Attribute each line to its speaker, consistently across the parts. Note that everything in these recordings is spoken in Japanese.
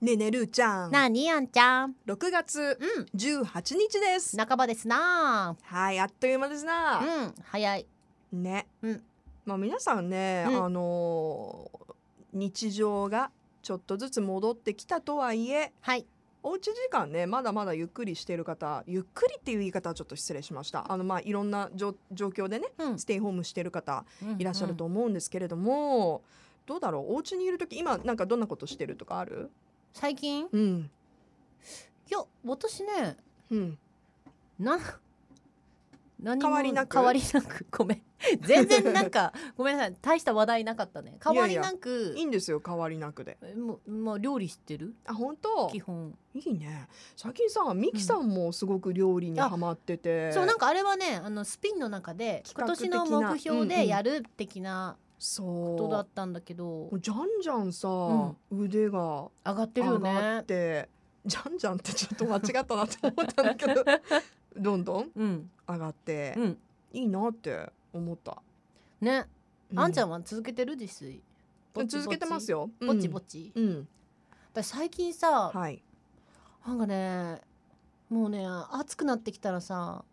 Speaker 1: ねえねるーちゃん
Speaker 2: なあにあんちゃん
Speaker 1: 6月
Speaker 2: うん
Speaker 1: 18日です
Speaker 2: 半ばですな
Speaker 1: はいあっという間です
Speaker 2: あう
Speaker 1: なん
Speaker 2: 早い
Speaker 1: ね、
Speaker 2: うん
Speaker 1: まあ皆さんね、
Speaker 2: うん
Speaker 1: あのー日常がちょっとずつ戻ってきたとはいえ
Speaker 2: はい
Speaker 1: おうち時間ねまだまだゆっくりしてる方ゆっくりっていう言い方はちょっと失礼しましたあのまあいろんな状状況でね
Speaker 2: うん
Speaker 1: ステイホームしてる方いらっしゃると
Speaker 2: うん
Speaker 1: 思うんですけれども、どうだろうお家にいる時今なんかどんなことしてるとかある
Speaker 2: 最近い
Speaker 1: うん
Speaker 2: や私ね
Speaker 1: うん
Speaker 2: な何も
Speaker 1: 変わりなく
Speaker 2: 変わりなくごめん 全然な んかごめんなさい大した話題なかったね変わりなく
Speaker 1: いいんですよ変わりなくで
Speaker 2: えもうまあ料理知ってる
Speaker 1: あ本当
Speaker 2: 基本、
Speaker 1: いいね最近さミキさんもすごく料理にハマってて、
Speaker 2: そうなんかあれはねあのスピンの中で今
Speaker 1: 企画
Speaker 2: 年
Speaker 1: 的な
Speaker 2: の目標
Speaker 1: うんう
Speaker 2: で
Speaker 1: ん
Speaker 2: やる的な
Speaker 1: そう
Speaker 2: ことだったんだけど、
Speaker 1: もうじゃんじゃんさ、
Speaker 2: ん
Speaker 1: 腕が
Speaker 2: 上がってるよ
Speaker 1: 上が
Speaker 2: ね
Speaker 1: ってじゃんじゃんってちょっと間違ったなと思ったんだけ どどんどん
Speaker 2: うん
Speaker 1: 上がって、
Speaker 2: うん
Speaker 1: いいなって思った、
Speaker 2: ねあんちゃ
Speaker 1: うん
Speaker 2: は続けてる自炊ぼちぼち
Speaker 1: 続けてますよ
Speaker 2: ぼちぼ
Speaker 1: ち
Speaker 2: ち、
Speaker 1: うん、
Speaker 2: 私最近さ、
Speaker 1: はい
Speaker 2: なんかねもうね暑くなってきたらさ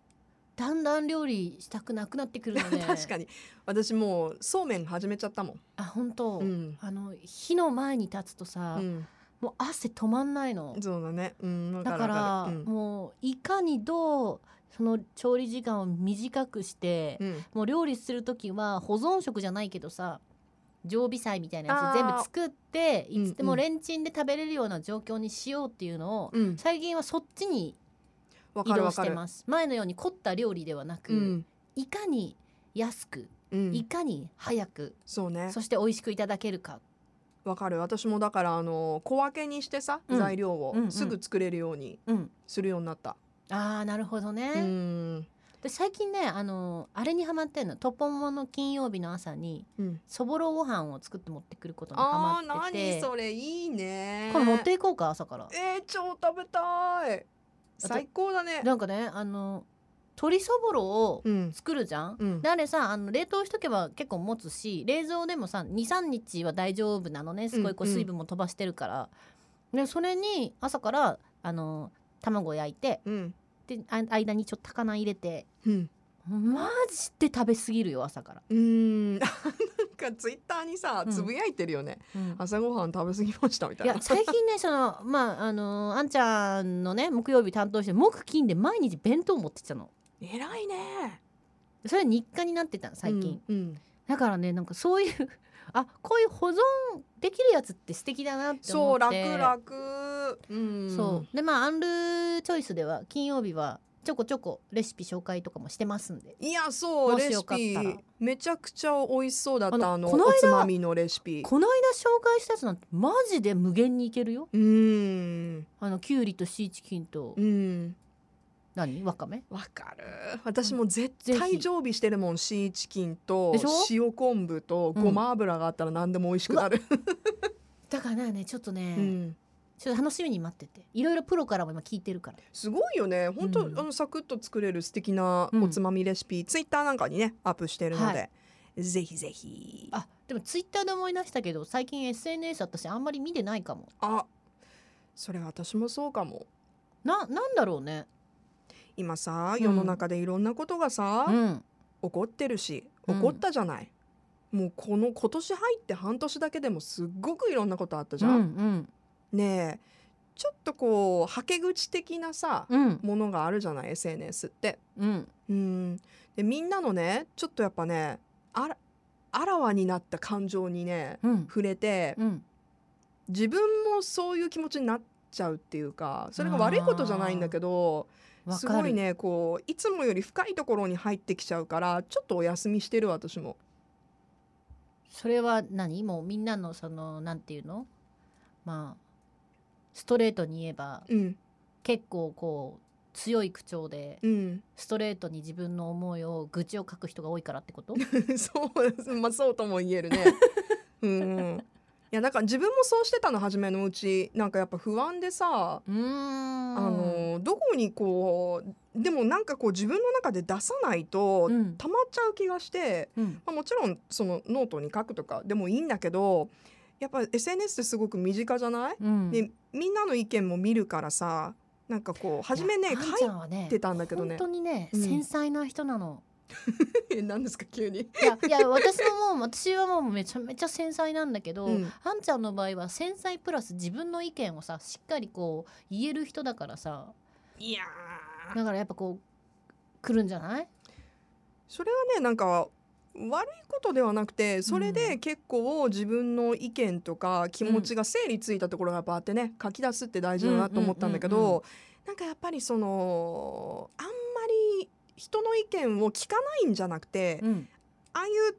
Speaker 2: だんだん料理したくなくなってくるのね
Speaker 1: 確かに私もうそうめん始めちゃったもん
Speaker 2: あ本当、
Speaker 1: うん、
Speaker 2: あの火の前に立つとさ、
Speaker 1: うん、
Speaker 2: もう汗止まんないの
Speaker 1: そうだねうんわ
Speaker 2: だ
Speaker 1: か
Speaker 2: か
Speaker 1: るわか
Speaker 2: ら、
Speaker 1: る
Speaker 2: もういかにどうその調理時間を短くして、
Speaker 1: うん、うん
Speaker 2: もう料理する時は保存食じゃないけどさ常備菜みたいなやつ全
Speaker 1: あー
Speaker 2: 部作って
Speaker 1: うん
Speaker 2: いつでもレンチンで食べれるような状況にしようっていうのを、
Speaker 1: うん、
Speaker 2: 最近はそっちに
Speaker 1: わ
Speaker 2: 移
Speaker 1: かる
Speaker 2: 動
Speaker 1: わ
Speaker 2: し
Speaker 1: か
Speaker 2: て
Speaker 1: る
Speaker 2: ます前のように凝った料理ではなく、
Speaker 1: うん
Speaker 2: いかに安く、
Speaker 1: うん
Speaker 2: いかに早く、
Speaker 1: そうね
Speaker 2: そして美味しくいただけるか
Speaker 1: わかる私もだからあの小分けにしてさ、
Speaker 2: うん
Speaker 1: 材料を
Speaker 2: うんうん
Speaker 1: すぐ作れるように
Speaker 2: うん
Speaker 1: するようになった、
Speaker 2: あーなるほどね、
Speaker 1: うん
Speaker 2: で最近ねあのあれにハマってんのトポモの金曜日の朝に
Speaker 1: うん、
Speaker 2: そぼろご飯を作って持ってくることに
Speaker 1: あ
Speaker 2: ハ
Speaker 1: ー
Speaker 2: マ
Speaker 1: 何
Speaker 2: ってて
Speaker 1: それいいね
Speaker 2: これ持っていこうか朝から
Speaker 1: えー、超食べたい最高だね
Speaker 2: なんかねあの鶏そぼろを
Speaker 1: うん
Speaker 2: 作るじゃん、
Speaker 1: うん
Speaker 2: であれさあの冷凍しとけば結構持つし冷蔵でもさ23日は大丈夫なのねすごいこう
Speaker 1: うんうん
Speaker 2: 水分も飛ばしてるから、でそれに朝からあの卵焼いて
Speaker 1: うん
Speaker 2: であ間にちょっと高菜入れて
Speaker 1: うん
Speaker 2: マジで食べ過ぎるよ朝から、
Speaker 1: うーん なんかツイッターにさ
Speaker 2: うん
Speaker 1: つぶやいてるよね、朝ごはん食べ過ぎましたみたい
Speaker 2: い
Speaker 1: な
Speaker 2: や最近ねそのまああのあんちゃんのね木曜日担当して木金で毎日弁当持ってきたの
Speaker 1: 偉いね
Speaker 2: それ日課になってたの最近、
Speaker 1: うんうん
Speaker 2: だからねなんかそういう あこういう保存できるやつって素敵だなって
Speaker 1: そ
Speaker 2: 思
Speaker 1: う
Speaker 2: っ
Speaker 1: 楽
Speaker 2: て
Speaker 1: 楽うん
Speaker 2: そうでまあアンルチョイスでは金曜日はちょこちょこレシピ紹介とかもしてますんで
Speaker 1: いやそう
Speaker 2: もし
Speaker 1: レ
Speaker 2: よ
Speaker 1: シ
Speaker 2: かったら
Speaker 1: ピめちゃくちゃ美味しそうだったあの
Speaker 2: あのこの間
Speaker 1: おつまみのレシピ
Speaker 2: この間紹介したやつなんてマジで無限にいけるよ
Speaker 1: うーん
Speaker 2: あのきゅうりとシーチキンと
Speaker 1: うん
Speaker 2: 何わかめ
Speaker 1: わかる私も絶
Speaker 2: ぜ
Speaker 1: 対
Speaker 2: ひ
Speaker 1: 常備してるもんシーチキンと
Speaker 2: でしょ
Speaker 1: 塩昆布と
Speaker 2: うん
Speaker 1: ごま油があったら何でも美味しくなる、
Speaker 2: だからねちょっとね、
Speaker 1: うん、
Speaker 2: ちょっと楽しみに待ってていろいろプロからも今聞いてるから
Speaker 1: すごいよね本当、
Speaker 2: うん
Speaker 1: あのサクッと作れる素敵なおつまみレシピ、ツイッターなんかにねアップしてるので、
Speaker 2: は
Speaker 1: ぜひぜひ
Speaker 2: あでもツイッターで思い出したけど最近 SNS 私あんまり見てないかも
Speaker 1: あそれ私もそうかも
Speaker 2: ななんだろうね
Speaker 1: 今さ
Speaker 2: うん
Speaker 1: 世の中でいろんなことがさ、
Speaker 2: うん
Speaker 1: 怒ってるし
Speaker 2: うん
Speaker 1: 怒ったじゃない、もうこの今年入って半年だけでもすっごくいろんなことあったじゃん、
Speaker 2: うん
Speaker 1: ねえちょっとこうはけ口的なさ、
Speaker 2: うんうん
Speaker 1: ものがあるじゃない SNS って
Speaker 2: うん
Speaker 1: うんでみんなのねちょっとやっぱねあらあらわになった感情にね
Speaker 2: うん
Speaker 1: 触れて
Speaker 2: うん
Speaker 1: 自分もそういう気持ちになっちゃうっていうかそれが悪いことじゃないんだけど
Speaker 2: わ
Speaker 1: す
Speaker 2: か
Speaker 1: ごい
Speaker 2: る、
Speaker 1: ねこういつもより深いところに入ってきちゃうからちょっとお休みしてる私も。
Speaker 2: それは何もうみんなのそのなんていうのまあストレートに言えば
Speaker 1: うん
Speaker 2: 結構こう強い口調で
Speaker 1: うん、
Speaker 2: ストレートに自分の思いを愚痴を書く人が多いからってこと
Speaker 1: そう、 まあ、そうとも言える ね。うん。いや、だから、自分もそうしてたの、初めのうち、なんか、やっぱ不安でさ。
Speaker 2: うーん
Speaker 1: あの、どこに、こう、でも、なんか、こう、自分の中で出さないと
Speaker 2: う、ん
Speaker 1: 溜まっちゃう気がして。
Speaker 2: うん
Speaker 1: まあ、もちろん、その、ノートに書くとか、でもいいんだけど。やっぱ、S. N. S. ってすごく身近じゃない。
Speaker 2: うん
Speaker 1: で、みんなの意見も見るからさなんかこう初めね
Speaker 2: いやあんち
Speaker 1: 書
Speaker 2: ゃんはね
Speaker 1: いてたんだけど
Speaker 2: 本
Speaker 1: ね
Speaker 2: 当にね、
Speaker 1: うん
Speaker 2: 繊細な人なの
Speaker 1: 何ですか急に、
Speaker 2: いやいや私ももう私はもうめちゃめちゃ繊細なんだけど、
Speaker 1: うん
Speaker 2: あんちゃんの場合は繊細プラス自分の意見をさしっかりこう言える人だからさ
Speaker 1: いやー
Speaker 2: だからやっぱこう来るんじゃない
Speaker 1: それはねなんか悪いことではなくてそれで結構自分の意見とか気持ちが整理ついたところがやっぱあってね書き出すって大事だなと思ったんだけ
Speaker 2: うんうんうんう
Speaker 1: どなんかやっぱりそのあんまり人の意見を聞かないんじゃなくて
Speaker 2: うん、
Speaker 1: ああいう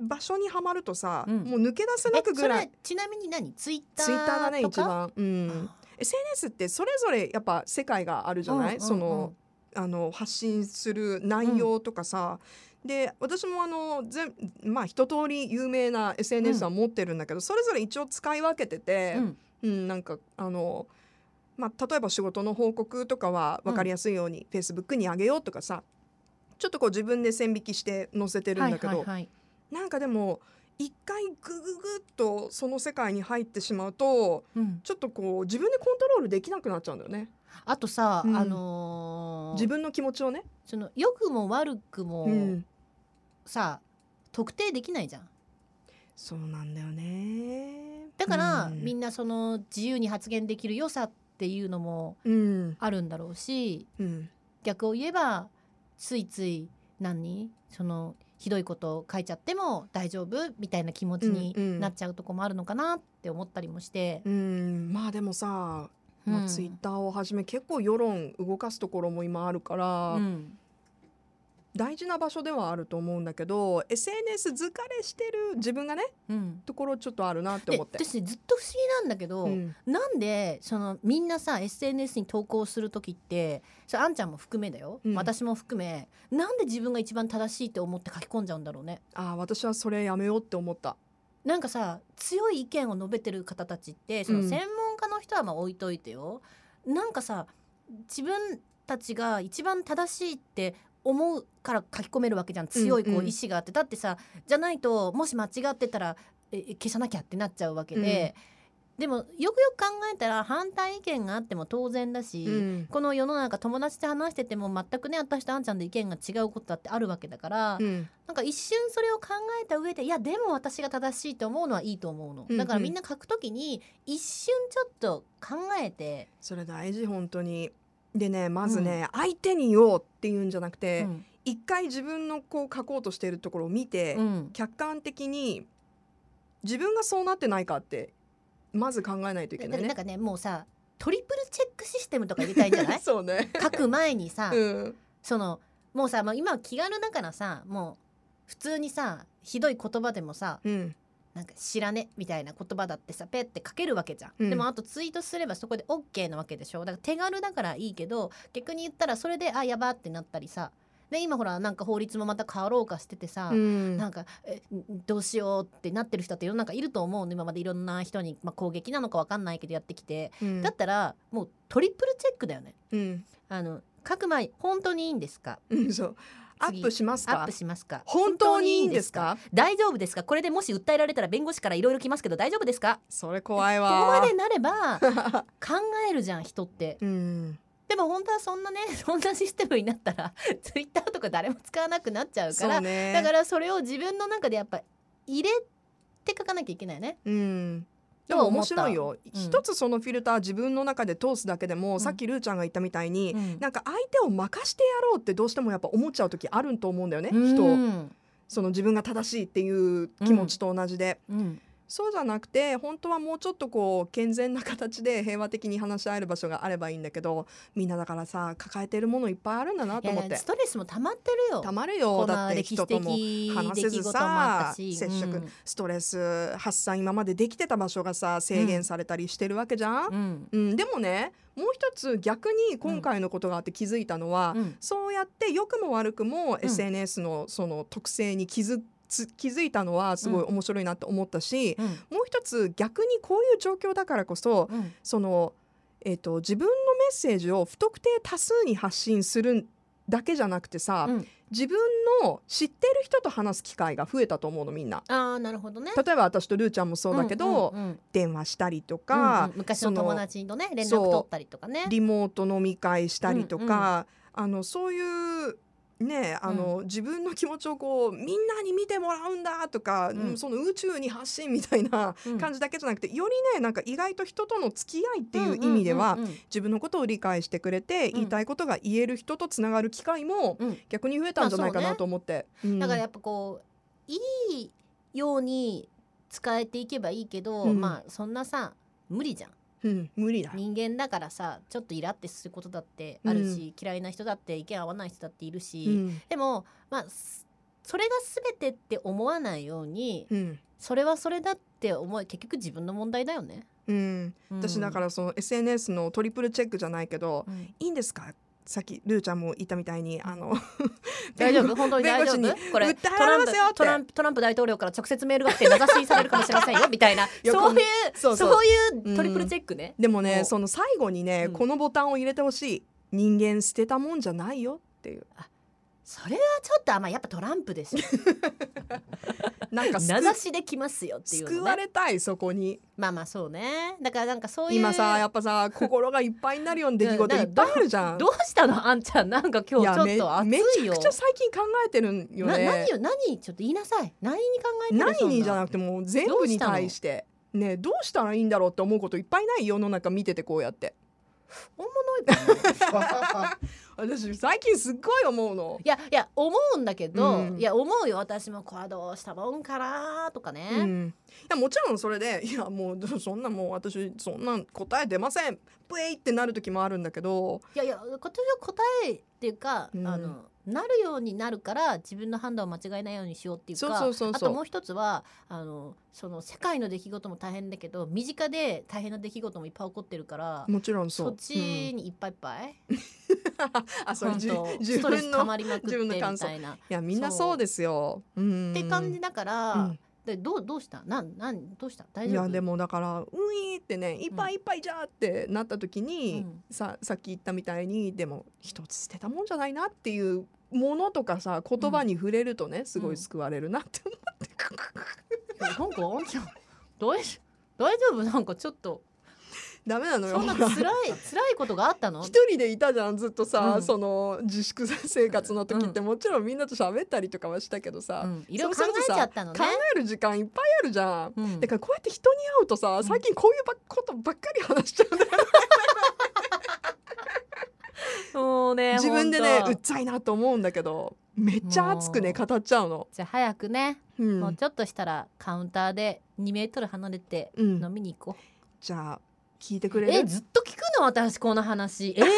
Speaker 1: 場所にはまるとさ、
Speaker 2: うん
Speaker 1: もう抜け出せな
Speaker 2: え
Speaker 1: く
Speaker 2: そ
Speaker 1: ぐらい
Speaker 2: れちなみに何ツイッター
Speaker 1: ツイッターだね
Speaker 2: と
Speaker 1: 一
Speaker 2: か
Speaker 1: 番、うん、SNS ってそれぞれやっぱ世界があるじゃない、
Speaker 2: うんうんうん
Speaker 1: そのあの発信する内容とかさ、で私もあの全まあ一通り有名な SNS は持ってるんだけど、それぞれ一応使い分けてて、
Speaker 2: うん
Speaker 1: うん、なんかあの、まあ、例えば仕事の報告とかは分かりやすいように Facebook に上げようとかさちょっとこう自分で線引きして載せてるんだけど、
Speaker 2: はいはいはい
Speaker 1: なんかでも一回グググッとその世界に入ってしまうと
Speaker 2: うん
Speaker 1: ちょっとこう自分でコントロールできなくなっちゃうんだよね
Speaker 2: あとさ、
Speaker 1: うん
Speaker 2: あのー
Speaker 1: 自分の気持ちをね。
Speaker 2: その良くも悪くも
Speaker 1: うん
Speaker 2: さ、特定できないじゃん
Speaker 1: そうなんだよね
Speaker 2: だから、
Speaker 1: うん
Speaker 2: みんなその自由に発言できる良さっていうのも
Speaker 1: うん
Speaker 2: あるんだろうし
Speaker 1: うん
Speaker 2: 逆を言えばついつい何そのひどいことを書いちゃっても大丈夫みたいな気持ち
Speaker 1: うんう
Speaker 2: に
Speaker 1: ん
Speaker 2: なっちゃうとこもあるのかなって思ったりもして、
Speaker 1: うんまあでもさ、まあ、ツイッターをはじめ結構世論動かすところも今あるから、
Speaker 2: うん
Speaker 1: 大事な場所ではあると思うんだけど SNS 疲れしてる自分がね
Speaker 2: うん、
Speaker 1: ところちょっとあるなって
Speaker 2: で
Speaker 1: 思って。
Speaker 2: 私ずっと不思議なんだけど、
Speaker 1: うん
Speaker 2: なんでそのみんなさ SNS に投稿する時ってそれあんちゃんも含めだよ、
Speaker 1: うん
Speaker 2: 私も含めなんで自分が一番正しいって思って書き込んじゃうんだろうね
Speaker 1: ああ私はそれやめようって思った。
Speaker 2: なんかさ強い意見を述べてる方たちってその
Speaker 1: うん
Speaker 2: 専門家の人はまあ置いといてよ、なんかさ自分たちが一番正しいって思うから書き込めるわけじゃん強い
Speaker 1: う
Speaker 2: こ
Speaker 1: んう
Speaker 2: うん意志があって、だってさじゃないともし間違ってたらえ消さなきゃってなっちゃうわけで、でもよくよく考えたら反対意見があっても当然だし、
Speaker 1: うん
Speaker 2: この世の中友達と話してても全くね私とあんちゃんで意見が違うことだってあるわけだから、
Speaker 1: うん
Speaker 2: なんか一瞬それを考えた上でいやでも私が正しいと思うのはいいと思うの、
Speaker 1: うんうん
Speaker 2: だからみんな書くときに一瞬ちょっと考えて、
Speaker 1: それ大事本当にでねまずね、相手に言おうっていうんじゃなくて、
Speaker 2: うん
Speaker 1: 一回自分のこう書こうとしているところを見て、
Speaker 2: うん
Speaker 1: 客観的に自分がそうなってないかってまず考えないといけ
Speaker 2: だ
Speaker 1: な
Speaker 2: か
Speaker 1: い
Speaker 2: らなん
Speaker 1: ね。
Speaker 2: かねもうさトリプルチェックシステムとか入れたいんじゃな い
Speaker 1: そうね、
Speaker 2: 書く前にさ、
Speaker 1: うん
Speaker 2: そのもうさ、まあ、今は気軽だからさもう普通にさひどい言葉でもさ
Speaker 1: うん
Speaker 2: なんか知らねみたいな言葉だってさペって書けるわけじゃん、
Speaker 1: うん
Speaker 2: でもあとツイートすればそこで OK なわけでしょだから手軽だからいいけど逆に言ったらそれであやばってなったりさで今ほらなんか法律もまた変わろうかしててさ、
Speaker 1: うん
Speaker 2: なんかえんどうしようってなってる人って世の中いると思うの今までいろんな人に、まあ、攻撃なのかわかんないけどやってきて、
Speaker 1: うん
Speaker 2: だったらもうトリプルチェックだよね
Speaker 1: うん
Speaker 2: あの書く前本当にいいんですか
Speaker 1: うんそうア
Speaker 2: 次
Speaker 1: ップします
Speaker 2: アッ
Speaker 1: か
Speaker 2: プしますか
Speaker 1: 本当にいいんですか
Speaker 2: 大丈夫ですかこれでもし訴えられたら弁護士からいろいろ来ますけど大丈夫ですか
Speaker 1: それ怖い
Speaker 2: ここま
Speaker 1: わ
Speaker 2: でなれば 考えるじゃん人って
Speaker 1: うん
Speaker 2: でも本当はそんなね そんなシステムになったら ツイッターとか誰も使わなくなっちゃうか
Speaker 1: そ
Speaker 2: ら
Speaker 1: うね
Speaker 2: だからそれを自分の中でやっぱ入れて書かなきゃいけないね
Speaker 1: うんで
Speaker 2: と
Speaker 1: も
Speaker 2: 思
Speaker 1: 面
Speaker 2: った
Speaker 1: 白いよ、
Speaker 2: うん
Speaker 1: 一つそのフィルター自分の中で通すだけでも、
Speaker 2: ん
Speaker 1: さっきルーちゃんが言ったみたいに、
Speaker 2: うん
Speaker 1: なんか相手を任してやろうってどうしてもやっぱ思っちゃう時あると思うんだよね、人
Speaker 2: う
Speaker 1: を
Speaker 2: ん
Speaker 1: その自分が正しいっていう気持ちと同じで、
Speaker 2: うん
Speaker 1: そうじゃなくて本当はもうちょっとこう健全な形で平和的に話し合える場所があればいいんだけどみんなだからさ抱えてるものいっぱいあるんだないと思っ
Speaker 2: や
Speaker 1: て
Speaker 2: ストレスも溜まってるよ
Speaker 1: たまる
Speaker 2: こ
Speaker 1: よだ
Speaker 2: の
Speaker 1: って人
Speaker 2: 歴史
Speaker 1: と
Speaker 2: 的
Speaker 1: も話せ
Speaker 2: 出来
Speaker 1: ず
Speaker 2: 事もあった
Speaker 1: さ
Speaker 2: し
Speaker 1: 接触、
Speaker 2: うん
Speaker 1: ストレス発散今までできてた場所がさ制限されたりしてるわけじゃん、
Speaker 2: うん
Speaker 1: うん、でもねもう一つ逆に今回のことがあって気づいたのは、
Speaker 2: うん
Speaker 1: そうやって良くも悪くも
Speaker 2: ん
Speaker 1: SNS のその特性に気づつ気づいたのはすごい面白いなって思ったし、
Speaker 2: うん
Speaker 1: もう一つ逆にこういう状況だからこそ
Speaker 2: うん
Speaker 1: その、えっと自分のメッセージを不特定多数に発信するだけじゃなくてさ、
Speaker 2: うん
Speaker 1: 自分を知っている人と話す機会が増えたと思うのみんな。
Speaker 2: ああなるほどね。
Speaker 1: 例えば私とルーちゃんもそうだけど、
Speaker 2: うんうんうん
Speaker 1: 電話したりとか、
Speaker 2: うんうん昔の友達とね連絡取ったりとかね。
Speaker 1: リモート飲み会したりとか、あのそういうねあの、自分の気持ちをこうみんなに見てもらうんだとか、
Speaker 2: うん
Speaker 1: その宇宙に発信みたいな
Speaker 2: うん
Speaker 1: 感じだけじゃなくてよりねなんか意外と人との付き合いっていう意味では、
Speaker 2: うんうんうんうん
Speaker 1: 自分のことを理解してくれて、
Speaker 2: ん
Speaker 1: 言いたいことが言える人とつながる機会も
Speaker 2: うん
Speaker 1: 逆に増えたんじゃないかなと思って。うん
Speaker 2: だからやっぱこういいように使えていけばいいけど、
Speaker 1: うん
Speaker 2: まあそんなさ無理じゃん
Speaker 1: うん無理だ
Speaker 2: 人間だからさちょっとイラってすることだってあるし、嫌いな人だって意見合わない人だっているし、
Speaker 1: うん
Speaker 2: でもまあすそれが全てって思わないように
Speaker 1: うん
Speaker 2: それはそれだって思う結局自分の問題だよね。、
Speaker 1: うん、私だかららその SNS のトリプルチェックじゃないけど
Speaker 2: うん
Speaker 1: いいんですかさっきルーちゃんも言ったみたいにあの
Speaker 2: 大丈夫本当に大丈
Speaker 1: 弁護
Speaker 2: 夫これ
Speaker 1: 訴え
Speaker 2: ト
Speaker 1: ら
Speaker 2: ラ
Speaker 1: れ
Speaker 2: ン
Speaker 1: ますよっ
Speaker 2: プ
Speaker 1: て
Speaker 2: トランプトランプ大統領から直接メールが来て名指しされるかもしれませんよみた いな
Speaker 1: や
Speaker 2: そういうそ
Speaker 1: そううそう
Speaker 2: いうトリプルチェックね、
Speaker 1: でもね
Speaker 2: お
Speaker 1: その最後にね、
Speaker 2: うん
Speaker 1: このボタンを入れてほしい人間捨てたもんじゃないよっていう
Speaker 2: それはちょっとあまあやっぱトランプですよ
Speaker 1: なん か救
Speaker 2: 名指しできますよっていう
Speaker 1: 救
Speaker 2: の
Speaker 1: わ
Speaker 2: ね
Speaker 1: れたいそこに
Speaker 2: まあまあそうねだからなんかそういう
Speaker 1: 今さやっぱさ心がいっぱいになるような出来事いっぱいあるじゃん。
Speaker 2: どうしたのあんちゃんなんか今日
Speaker 1: い
Speaker 2: ちょ
Speaker 1: や
Speaker 2: っと暑
Speaker 1: め
Speaker 2: い
Speaker 1: め
Speaker 2: よ
Speaker 1: ちゃくちゃ最近考えてるんよ
Speaker 2: な
Speaker 1: ね
Speaker 2: 何。よ何ちょっと言いなさい何に考えてる
Speaker 1: 何にじゃ
Speaker 2: な
Speaker 1: なくてもう全部に対してねどうしたらいいんだろうって思うこといっぱいない世の中見ててこうやって。
Speaker 2: 本物いっぱ い
Speaker 1: 私最近すっごい思うの。
Speaker 2: いやいや思うんだけど、
Speaker 1: うん
Speaker 2: いや思うよ私もこれはどうしたもんかなとかね、
Speaker 1: うん、いやもちろんそれでいやもうそんなもう私そんなん答え出ませんプエイってなる時もあるんだけど
Speaker 2: いやいやこと答えっていうか、
Speaker 1: うん
Speaker 2: あのなるようになるから自分の判断を間違えないようにしようっていうか
Speaker 1: そうそうそうそう
Speaker 2: あともう一つはあのその世界の出来事も大変だけど身近で大変な出来事もいっぱい起こってるから
Speaker 1: もちろんそ。
Speaker 2: そうっちにいっぱいいっぱい、
Speaker 1: うんあそれ
Speaker 2: 本
Speaker 1: じ
Speaker 2: 当
Speaker 1: 自
Speaker 2: ストレス
Speaker 1: 分
Speaker 2: 溜
Speaker 1: の
Speaker 2: まりまくって
Speaker 1: 自分
Speaker 2: み
Speaker 1: の感想
Speaker 2: たいな。っ
Speaker 1: いやみんなそうですよ。うん、
Speaker 2: て感じだから、
Speaker 1: うん
Speaker 2: でどうどうしたなんなんどうした大
Speaker 1: い
Speaker 2: 丈夫
Speaker 1: やでもだから「うい」ってね「いっぱいいっぱいじゃ」ってなった時に、
Speaker 2: うん
Speaker 1: ささっき言ったみたいにでも一つ捨てたもんじゃないなっていうものとかさ言葉に触れるとね、すごい救われるなって思って、
Speaker 2: なんかあんちゃんどうし 大丈夫なんかちょっと
Speaker 1: ダメなのよ。
Speaker 2: そんな
Speaker 1: ほら
Speaker 2: 辛い 辛いことがあった の
Speaker 1: 一人でいたじゃんずっとさ、
Speaker 2: うん
Speaker 1: その自粛生活の時ってもちろんみんなと喋ったりとかはしたけどさ、
Speaker 2: うんいろいろ
Speaker 1: そ
Speaker 2: 考
Speaker 1: うするとさ
Speaker 2: えちゃったのね
Speaker 1: 考。える時間いっぱいあるじゃん。
Speaker 2: うん
Speaker 1: だからこうやって人に会うとさ
Speaker 2: ん
Speaker 1: 最近こういうばっことばっかり話しちゃうんだよ、
Speaker 2: そうね
Speaker 1: 自分でね
Speaker 2: ほ
Speaker 1: うんっ
Speaker 2: と
Speaker 1: ざいなと思うんだけどめっちゃ熱くね
Speaker 2: も
Speaker 1: 語っちゃうの。
Speaker 2: じゃあ早くね、
Speaker 1: うん
Speaker 2: もうちょっとしたらカウンターで2メートル離れて
Speaker 1: うん
Speaker 2: 飲みに行こ
Speaker 1: じゃあ聞いてく
Speaker 2: う、
Speaker 1: れ
Speaker 2: え
Speaker 1: る
Speaker 2: ずっと聞くの私この 話永遠に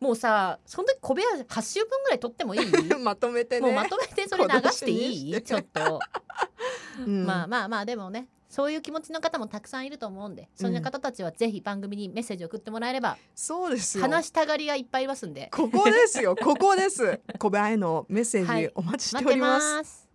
Speaker 2: もうさその時小部屋8週分ぐらい取ってもいい
Speaker 1: まとめて
Speaker 2: もう
Speaker 1: ね
Speaker 2: まとめてそれ流してい
Speaker 1: 小出しにして
Speaker 2: いちょっと、
Speaker 1: うん
Speaker 2: まあまあまあでもねそういう気持ちの方もたくさんいると思うんでそんな方たちはぜひ番組にメッセージ送ってもらえれば
Speaker 1: そうですよ
Speaker 2: 話したがりがいっぱいいますんで
Speaker 1: ここですよここです小林へのメッセー
Speaker 2: はい
Speaker 1: ジお待ちし
Speaker 2: 待
Speaker 1: てお
Speaker 2: って
Speaker 1: ります。
Speaker 2: ます